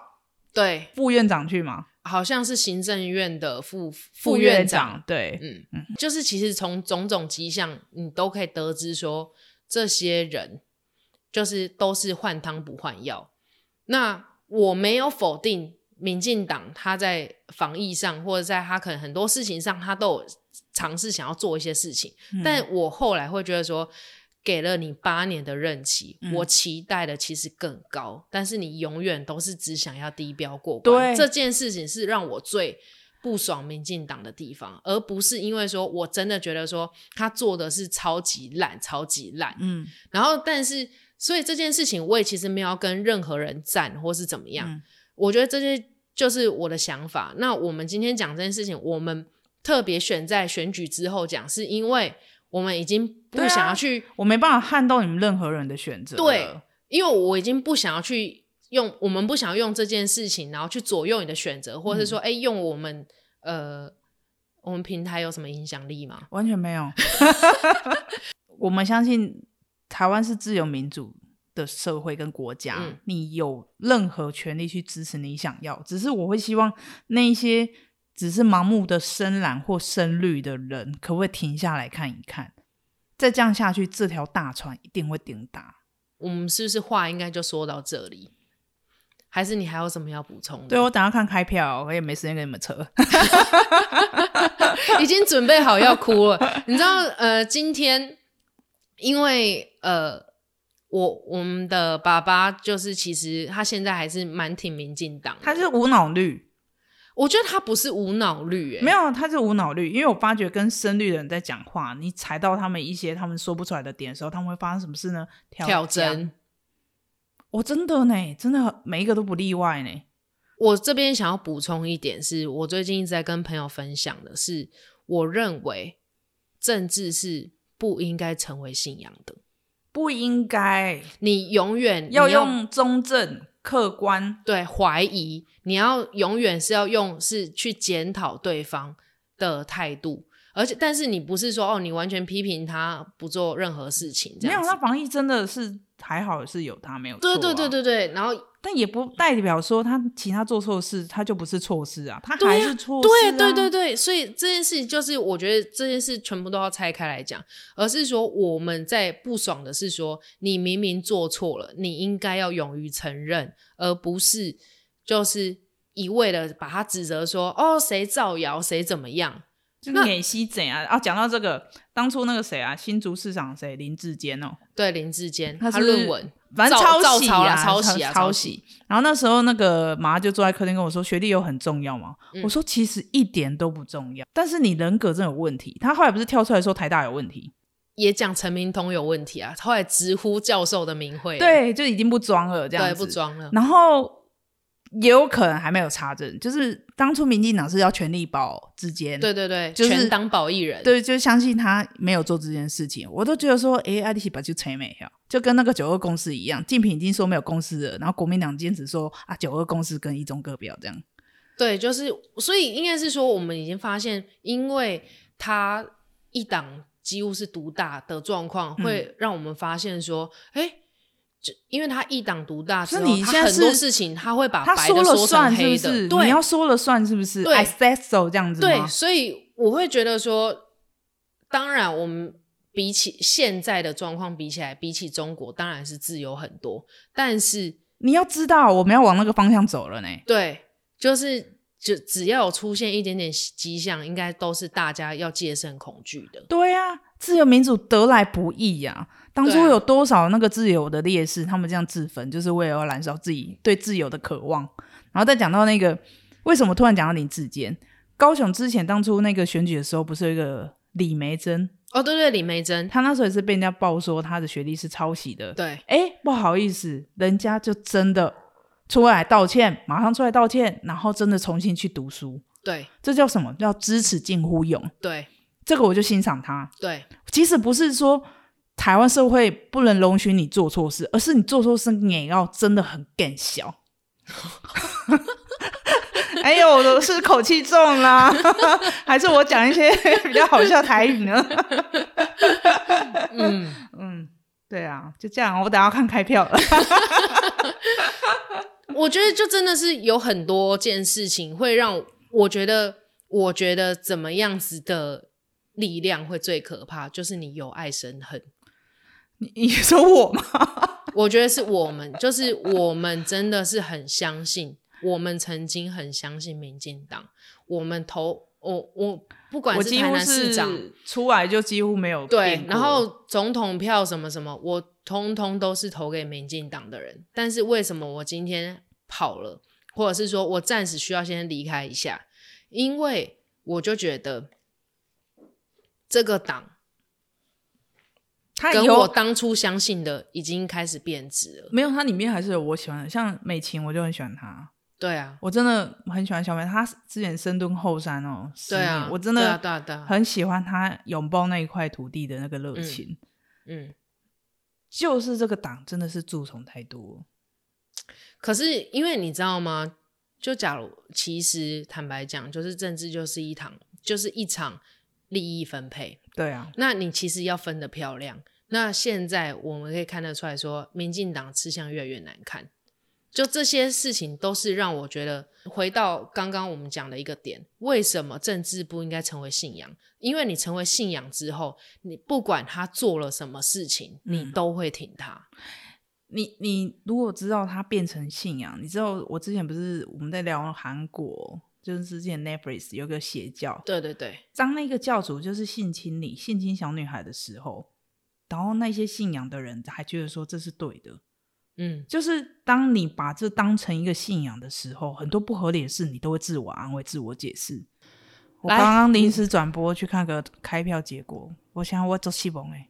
Speaker 2: 对，
Speaker 1: 副院长去嘛，
Speaker 2: 好像是行政院的副
Speaker 1: 副
Speaker 2: 副
Speaker 1: 院
Speaker 2: 院
Speaker 1: 长
Speaker 2: 长，
Speaker 1: 对，
Speaker 2: 嗯就是其实从种种迹象，你都可以得知说这些人就是都是换汤不换药。那我没有否定民进党他在防疫上，或者在他可能很多事情上，他都有尝试想要做一些事情，
Speaker 1: 嗯
Speaker 2: 但我后来会觉得说。给了你八年的任期，
Speaker 1: 嗯
Speaker 2: 我期待的其实更高，但是你永远都是只想要低标过
Speaker 1: 对
Speaker 2: 关。这件事情是让我最不爽民进党的地方，而不是因为说我真的觉得说他做的是超级烂、超级烂。
Speaker 1: 嗯
Speaker 2: 然后，但是所以这件事情我也其实没有要跟任何人战或是怎么样，
Speaker 1: 嗯
Speaker 2: 我觉得这些就是我的想法。那我们今天讲这件事情，我们特别选在选举之后讲，是因为我们已经不
Speaker 1: 对啊
Speaker 2: 想要去
Speaker 1: 我没办法撼动你们任何人的选择了。
Speaker 2: 对因为我已经不想要去用，我们不想要用这件事情，然后去左右你的选择，或者
Speaker 1: 嗯
Speaker 2: 是说，哎、用我们呃，我们平台有什么影响力吗？
Speaker 1: 完全没有。我们相信台湾是自由民主的社会跟国家，
Speaker 2: 嗯
Speaker 1: 你有任何权利去支持你想要。只是我会希望那一些只是盲目的深蓝或深绿的人，可不可以停下来看一看？再这样下去，这条大船一定会顶达。
Speaker 2: 我们是不是话应该就说到这里？还是你还有什么要补充的？
Speaker 1: 对哦我等下看开票，我也没时间跟你们扯。
Speaker 2: 已经准备好要哭了。 你知道，呃，今天因为呃，我我们的爸爸就是其实他现在还是蛮挺民进党的，
Speaker 1: 他是无脑绿，
Speaker 2: 我觉得他不是无脑绿、欸，
Speaker 1: 没有，啊他是无脑绿，因为我发觉跟深绿的人在讲话，你踩到他们一些他们说不出来的点的时候，他们会发生什么事呢？
Speaker 2: 挑
Speaker 1: 战。
Speaker 2: 针。
Speaker 1: 我、真的呢，真的每一个都不例外呢。
Speaker 2: 我这边想要补充一点是，我最近一直在跟朋友分享的是，我认为政治是不应该成为信仰的。
Speaker 1: 不应该
Speaker 2: 你永远你
Speaker 1: 要用中正、客观，
Speaker 2: 对怀疑，你要永远是要用是去检讨对方的态度，而且但是你不是说哦，你完全批评他不做任何事情这
Speaker 1: 没有
Speaker 2: 样子
Speaker 1: 他。防疫真的是还好是有他没有错、啊
Speaker 2: 对对对，对对，然后
Speaker 1: 但也不代表说他其他做错事，他就不是错事啊，他
Speaker 2: 对啊
Speaker 1: 还是错事、
Speaker 2: 对对
Speaker 1: 啊
Speaker 2: 对对，所以这件事情就是我觉得这件事全部都要拆开来讲，而是说我们在不爽的是说你明明做错了，你应该要勇于承认，而不是就是一味的把他指责说哦谁造谣谁怎么样。
Speaker 1: 就是演戏怎样啊？讲到这个，当初那个谁啊，新竹市长谁林志坚哦，
Speaker 2: 对林志坚，
Speaker 1: 他
Speaker 2: 他
Speaker 1: 是
Speaker 2: 论文
Speaker 1: 反正
Speaker 2: 造
Speaker 1: 抄袭
Speaker 2: 造
Speaker 1: 啊，
Speaker 2: 抄啦抄袭啊
Speaker 1: 抄
Speaker 2: 抄袭。
Speaker 1: 然后那时候那个妈就坐在客厅跟我说：“学历有很重要吗？”
Speaker 2: 嗯
Speaker 1: 我说：“其实一点都不重要，但是你人格真的有问题。”他后来不是跳出来说台大有问题，
Speaker 2: 也讲陈明通有问题啊，后来直呼教授的名讳了，
Speaker 1: 对，就已经不装了这样
Speaker 2: 对
Speaker 1: 子，
Speaker 2: 不。装了，
Speaker 1: 然后也有可能还没有查证，就是当初民进党是要全力保之间，
Speaker 2: 对对对，
Speaker 1: 就是
Speaker 2: 全当保一人，
Speaker 1: 对，就相信他没有做这件事情，我都觉得说，哎，爱丽西把就吹美了，就跟那个九二共识一样，竞品已经说没有共识了，然后国民党坚持说啊，九二共识跟一中各表这样。
Speaker 2: 对，就是所以应该是说，我们已经发现，因为他一党几乎是独大的状况，
Speaker 1: 嗯
Speaker 2: 会让我们发现说，哎、就因为他一党独大之
Speaker 1: 所以
Speaker 2: 后，
Speaker 1: 你
Speaker 2: 他
Speaker 1: 现在
Speaker 2: 很多
Speaker 1: 是
Speaker 2: 事情他会把
Speaker 1: 他
Speaker 2: 白的
Speaker 1: 了
Speaker 2: 说
Speaker 1: 算
Speaker 2: 成
Speaker 1: 是不
Speaker 2: 黑的，
Speaker 1: 是？
Speaker 2: 对
Speaker 1: 你要说了算是不是
Speaker 2: 对
Speaker 1: ？I said so 这样子
Speaker 2: 对，
Speaker 1: 吗？
Speaker 2: 所以我会觉得说，当然我们比起现在的状况比起来，比起中国当然是自由很多，但是
Speaker 1: 你要知道，我们要往那个方向走了呢。
Speaker 2: 对，就是只只要有出现一点点迹象，应该都是大家要戒慎恐惧的。
Speaker 1: 对啊，自由民主得来不易呀、当初
Speaker 2: 对啊
Speaker 1: 有多少那个自由的烈士，他们这样自焚，就是为了要燃烧自己对自由的渴望。然后再讲到那个，为什么突然讲到林志坚？高雄之前当初那个选举的时候，不是有一个李梅珍，
Speaker 2: 哦，对对，李梅珍，
Speaker 1: 他那时候也是被人家爆说他的学历是抄袭的，
Speaker 2: 对，
Speaker 1: 哎，不好意思，人家就真的出来道歉，马上出来道歉，然后真的重新去读书，
Speaker 2: 对，
Speaker 1: 这叫什么？叫知耻近乎勇。
Speaker 2: 对，
Speaker 1: 这个我就欣赏他，
Speaker 2: 对，
Speaker 1: 即使不是说台湾社会不能容许你做错事，而是你做错事你也要真的很更小。 哎呦，我的是口气重啦， 还是我讲一些 比较好笑台语呢？
Speaker 2: 嗯，
Speaker 1: 嗯，对啊，就这样，我等下要看开票了。
Speaker 2: 我觉得就真的是有很多件事情会让我觉得，我觉得怎么样子的力量会最可怕，就是你由爱生恨。
Speaker 1: 你你说我吗？
Speaker 2: 我觉得是我们，就是我们真的是很相信，我们曾经很相信民进党，我们投我我不管
Speaker 1: 我
Speaker 2: 是
Speaker 1: 几
Speaker 2: 台
Speaker 1: 乎
Speaker 2: 南市长，
Speaker 1: 是出来就几乎没有
Speaker 2: 对
Speaker 1: 变，过
Speaker 2: 然后总统票什么什么，我通通都是投给民进党的人。但是为什么我今天跑了，或者是说我暂时需要先离开一下？因为我就觉得这个党
Speaker 1: 他
Speaker 2: 跟
Speaker 1: 以
Speaker 2: 我
Speaker 1: 后
Speaker 2: 当初相信的已经开始变质了。
Speaker 1: 没有，它里面还是有我喜欢的，像美琴，我就很喜欢她，
Speaker 2: 对啊，
Speaker 1: 我真的很喜欢小美，她之前深蹲后山哦，十
Speaker 2: 对啊
Speaker 1: 年，我真
Speaker 2: 对啊
Speaker 1: 的
Speaker 2: 对啊对啊，
Speaker 1: 很喜欢她拥抱那一块土地的那个热情，
Speaker 2: 嗯。
Speaker 1: 就是这个党真的是蛀虫太多，
Speaker 2: 可是因为你知道吗？就假如其实坦白讲，就是政治就是一场，就是一场利益分配。
Speaker 1: 对啊，
Speaker 2: 那你其实要分得漂亮。那现在我们可以看得出来说，民进党吃相越来越难看。就这些事情都是让我觉得，回到刚刚我们讲的一个点，为什么政治不应该成为信仰？因为你成为信仰之后，你不管他做了什么事情，
Speaker 1: 嗯
Speaker 2: 你都会挺他。
Speaker 1: 你你如果知道它变成信仰，你知道我之前不是我们在聊韩国，就是之前 Netflix 有个邪教，
Speaker 2: 对对对，
Speaker 1: 当那个教主就是性侵你、性侵小女孩的时候，然后那些信仰的人还觉得说这是对的。
Speaker 2: 嗯，
Speaker 1: 就是当你把这当成一个信仰的时候，很多不合理的事你都会自我安慰、自我解释。我
Speaker 2: 来
Speaker 1: 刚刚临时转播去看个开票结果，我想我做戏蒙哎，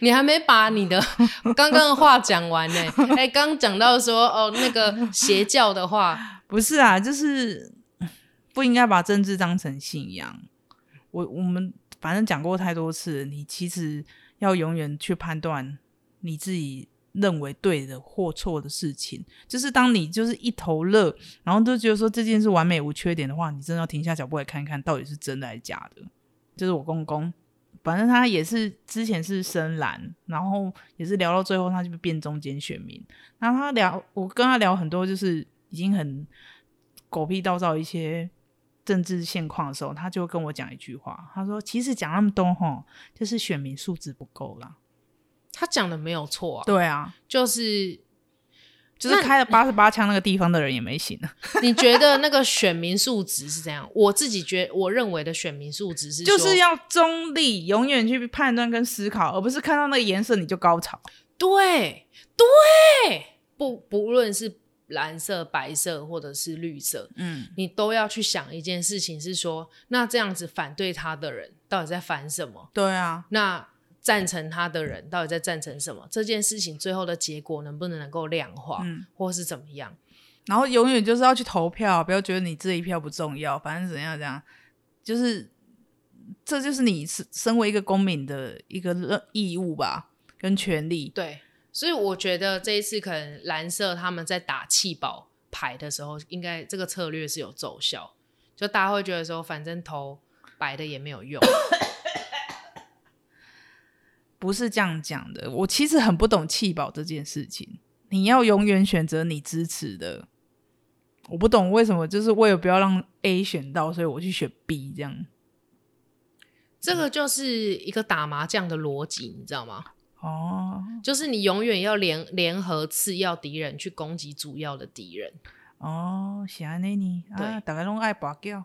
Speaker 2: 你还没把你的 刚刚的话讲完 呢、哎、刚讲到说哦，那个邪教的话，
Speaker 1: 不是啊，就是嗯不应该把政治当成信仰。我我们反正讲过太多次，你其实要永远去判断你自己认为对的或错的事情。就是当你就是一头热，然后都觉得说这件事完美无缺点的话，你真的要停下脚步来看看到底是真的还是假的。就是我公公，反正他也是之前是深蓝，然后也是聊到最后，他就变中间选民。然后他聊，我跟他聊很多，就是已经很狗屁倒灶一些政治现况的时候，他就跟我讲一句话，他说：“其实讲那么多吼，就是选民素质不够啦。
Speaker 2: 他讲的没有错”啊，
Speaker 1: 对啊，
Speaker 2: 就是
Speaker 1: 就是开了八十八枪那个地方的人也没醒啊，
Speaker 2: 你觉得那个选民素质是怎样？我自己觉我认为的选民素质是说
Speaker 1: 就是要中立，永远去判断跟思考，而不是看到那个颜色你就高潮。
Speaker 2: 对对，不不论是蓝色、白色或者是绿色，
Speaker 1: 嗯，
Speaker 2: 你都要去想一件事情，是说那这样子反对他的人到底在反什么？
Speaker 1: 对啊，
Speaker 2: 那赞成他的人到底在赞成什么？这件事情最后的结果能不能能够量化，
Speaker 1: 嗯，
Speaker 2: 或是怎么样？
Speaker 1: 然后永远就是要去投票，不要觉得你这一票不重要，反正怎样怎样，就是这就是你身身为一个公民的一个任义务吧，跟权利。
Speaker 2: 对，所以我觉得这一次可能蓝色他们在打气保牌的时候，应该这个策略是有奏效，就大家会觉得说，反正投白的也没有用。
Speaker 1: 不是这样讲的。我其实很不懂弃保这件事情。你要永远选择你支持的，我不懂为什么，就是为了不要让 A 选到，所以我去选 B 这样。
Speaker 2: 这个就是一个打麻将的逻辑，你知道吗？
Speaker 1: 哦
Speaker 2: 就是你永远要联联合次要敌人去攻击主要的敌人。
Speaker 1: 哦，喜欢那你啊，
Speaker 2: 对啊
Speaker 1: 大家都爱拔掉，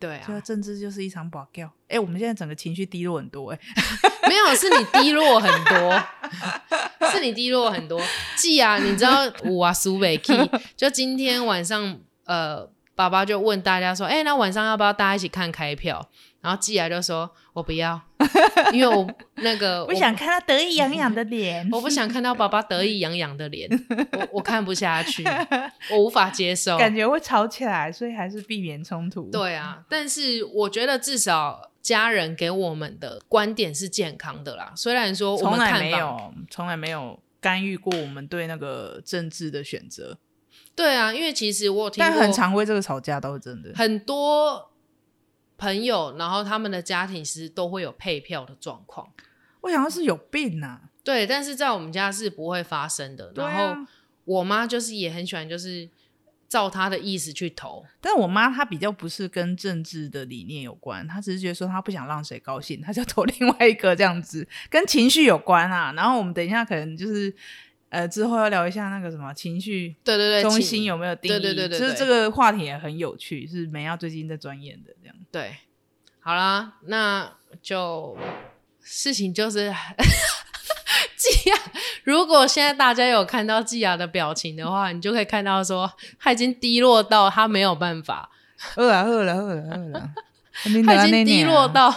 Speaker 2: 对
Speaker 1: 就
Speaker 2: 啊，
Speaker 1: 政治就是一场拔掉。哎、我们现在整个情绪低落很多、哎，
Speaker 2: 没有是你低落很多，是你低落很多。记啊，你知道我啊苏北 key，就今天晚上呃，爸爸就问大家说，哎、那晚上要不要大家一起看开票？然后季雅就说：“我不 要，因为我那个
Speaker 1: 不想看他得意洋洋的脸。
Speaker 2: 我不想看到爸爸得意洋洋的脸，我我看不下 去，我无法接受。
Speaker 1: 感觉会吵起来，所以还是避免冲突。，
Speaker 2: 对啊，但是我觉得至少家人给我们的观点是健康的啦。虽然说我
Speaker 1: 从
Speaker 2: 们
Speaker 1: 来
Speaker 2: 看
Speaker 1: 没
Speaker 2: 法，
Speaker 1: 有，从来没有干预过我们对那个政治的选择，
Speaker 2: 对啊，因为其实我有听
Speaker 1: 但
Speaker 2: 过
Speaker 1: 很常为这个吵架，倒是真的。
Speaker 2: 很多朋友，然后他们的家庭其实都会有配票的状况。
Speaker 1: 我想要是有病啊，
Speaker 2: 对，但是在我们家是不会发生的。
Speaker 1: 对啊
Speaker 2: 然后我妈就是也很喜欢，就是照她的意思去投。
Speaker 1: 但我妈她比较不是跟政治的理念有关，她只是觉得说她不想让谁高兴，她就投另外一个这样子，跟情绪有关啊。然后我们等一下可能就是呃之后要聊一下那个什么情绪
Speaker 2: 对对对，
Speaker 1: 中
Speaker 2: 呃请
Speaker 1: 心有没有定义，
Speaker 2: 对对对对
Speaker 1: 就是
Speaker 2: 对
Speaker 1: 这个话题也很有趣，是梅亚最近在钻研的这样。
Speaker 2: 对，好啦，那就事情就是 季亚。如果现在大家有看到季亚的表情的话，你就可以看到说他已经低落到他没有办法，
Speaker 1: 饿了饿了饿了饿 了，啊
Speaker 2: 他已经低落 到，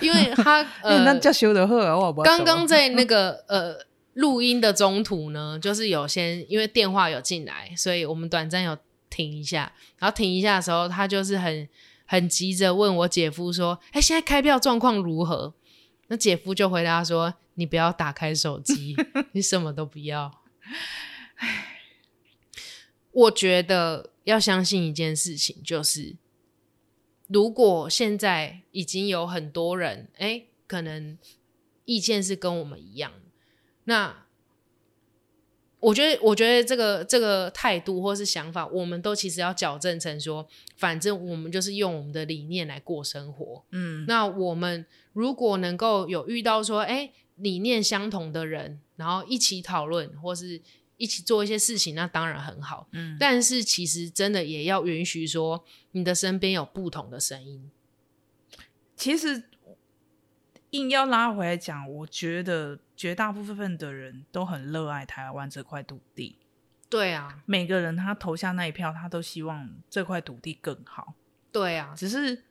Speaker 2: 因为他呃，
Speaker 1: 哎那叫修的喝，我
Speaker 2: 刚刚在那个呃录音的中途呢，就是有先因为电话有进来，所以我们短暂有停一下，然后停一下的时候，他就是很很急着问我姐夫说：“哎、现在开票状况如何？”那姐夫就回答说：“你不要打开手 机，你什么都不要。” 我觉得要相信一件事情，就是如果现在已经有很多人，哎、可能意见是跟我们一样的，那我觉得，我觉得这个这个态度或是想法，我们都其实要矫正成说，反正我们就是用我们的理念来过生活。
Speaker 1: 嗯，
Speaker 2: 那我们如果能够有遇到说，哎，理念相同的人，然后一起讨论或是一起做一些事情，那当然很好。
Speaker 1: 嗯
Speaker 2: 但是其实真的也要允许说，你的身边有不同的声音。
Speaker 1: 其实硬要拉回来讲，我觉得绝大部分的人都很热爱台湾这块土地，
Speaker 2: 对啊，
Speaker 1: 每个人他投下那一票，他都希望这块土地更好，
Speaker 2: 对啊，
Speaker 1: 只是。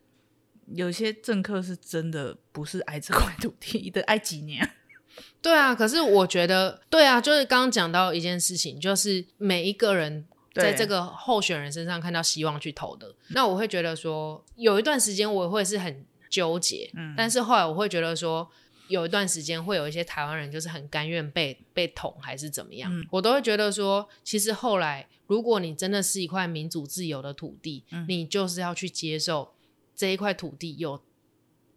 Speaker 1: 有些政客是真的不是爱这块土地的，爱几年？
Speaker 2: 对啊。可是我觉得，对啊，就是刚刚讲到一件事情，就是每一个人在
Speaker 1: 对
Speaker 2: 这个候选人身上看到希望去投的。那我会觉得说，有一段时间我会是很纠结，
Speaker 1: 嗯
Speaker 2: 但是后来我会觉得说，有一段时间会有一些台湾人就是很甘愿被被捅还是怎么样，
Speaker 1: 嗯
Speaker 2: 我都会觉得说，其实后来如果你真的是一块民主自由的土地，
Speaker 1: 嗯
Speaker 2: 你就是要去接受这一块土地有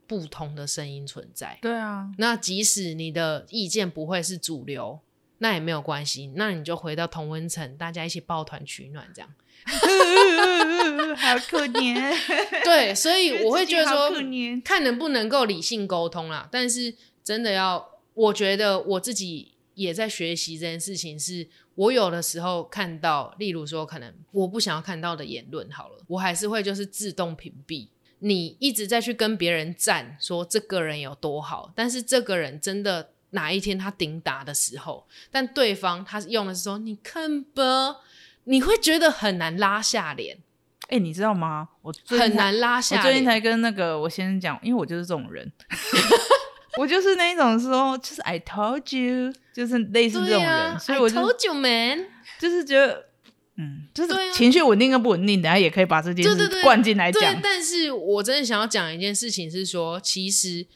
Speaker 2: 不同的声音存在。
Speaker 1: 对啊，
Speaker 2: 那即使你的意见不会是主流，那也没有关系，那你就回到同温层，大家一起抱团取暖 这样。
Speaker 1: 好可 怜。
Speaker 2: 对，所以 我会觉得说
Speaker 1: 自己好可，怜
Speaker 2: 看能不能够理性沟通啦。但是真的要，我觉得我自己也在学习这件事情是，我有的时候看到，例如说可能我不想要看到的言论，好了，我还是会就是自动屏蔽。你一直在去跟别人赞说这个人有多好，但是这个人真的哪一天他顶打的时候，但对方他用的是说你看吧，你会觉得很难拉下脸，
Speaker 1: 哎、你知道吗？我最近
Speaker 2: 很
Speaker 1: 才
Speaker 2: 难拉下
Speaker 1: 我
Speaker 2: 脸。
Speaker 1: 最近才跟那个我先生讲，因为我就是这种人， 我就是那一种说，就是 I told you，就是类似这
Speaker 2: 对
Speaker 1: 种人，
Speaker 2: 啊
Speaker 1: 所以我
Speaker 2: I
Speaker 1: 就
Speaker 2: told you man，
Speaker 1: 就是觉得，嗯，就
Speaker 2: 对啊
Speaker 1: 是情绪稳定跟不稳定，等下也可以把这件
Speaker 2: 对对
Speaker 1: 事
Speaker 2: 对
Speaker 1: 灌进来讲。
Speaker 2: 对，但是我真的想要讲一件事情是说，其实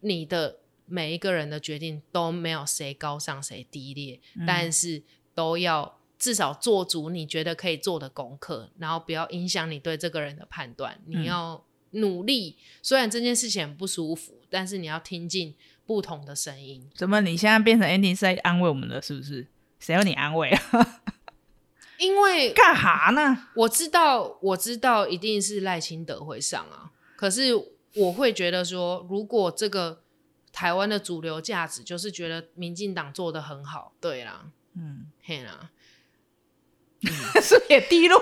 Speaker 2: 你的每一个人的决定都没有谁高尚谁低劣，
Speaker 1: 嗯
Speaker 2: 但是都要至少做足你觉得可以做的功课，然后不要影响你对这个人的判断。你
Speaker 1: 嗯
Speaker 2: 要努力，虽然这件事情很不舒服，但是你要听进不同的声音。
Speaker 1: 怎么你现在变成 Andy 是在安慰我们了，是不是？谁要你安慰啊？
Speaker 2: 因为
Speaker 1: 干哈呢？
Speaker 2: 我知道，我知道一定是赖清德会上啊。可是我会觉得说，如果这个台湾的主流价值就是觉得民进党做的很好，对啦，
Speaker 1: 嗯，
Speaker 2: 嘿啦，
Speaker 1: 是不是也低落？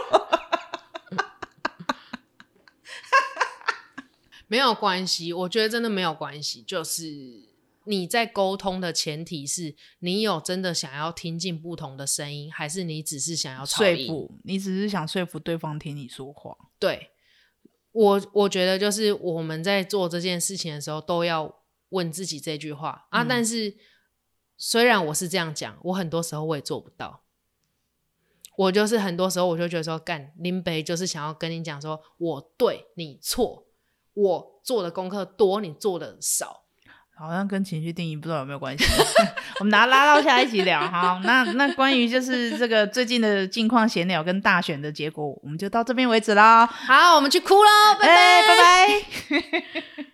Speaker 2: 没有关系，我觉得真的没有关系，就是。你在沟通的前提是你有真的想要听进不同的声音，还是你只是想要吵
Speaker 1: 说
Speaker 2: 赢
Speaker 1: 服你只是想说服对方听你说话。
Speaker 2: 对，我我觉得就是我们在做这件事情的时候，都要问自己这句话啊。但是虽然我是这样讲，我很多时候我也做不到。我就是很多时候我就觉得说，干林北就是想要跟你讲说，我对你错，我做的功课多，你做的少。
Speaker 1: 好像跟情绪定义不知道有没有关系。 我们拿拉到下一集聊哈。那那关于就是这个最近的近况闲聊跟大选的结果，我们就到这边为止啦。哎
Speaker 2: 好，我们去哭喽，拜拜。
Speaker 1: 哎，拜拜。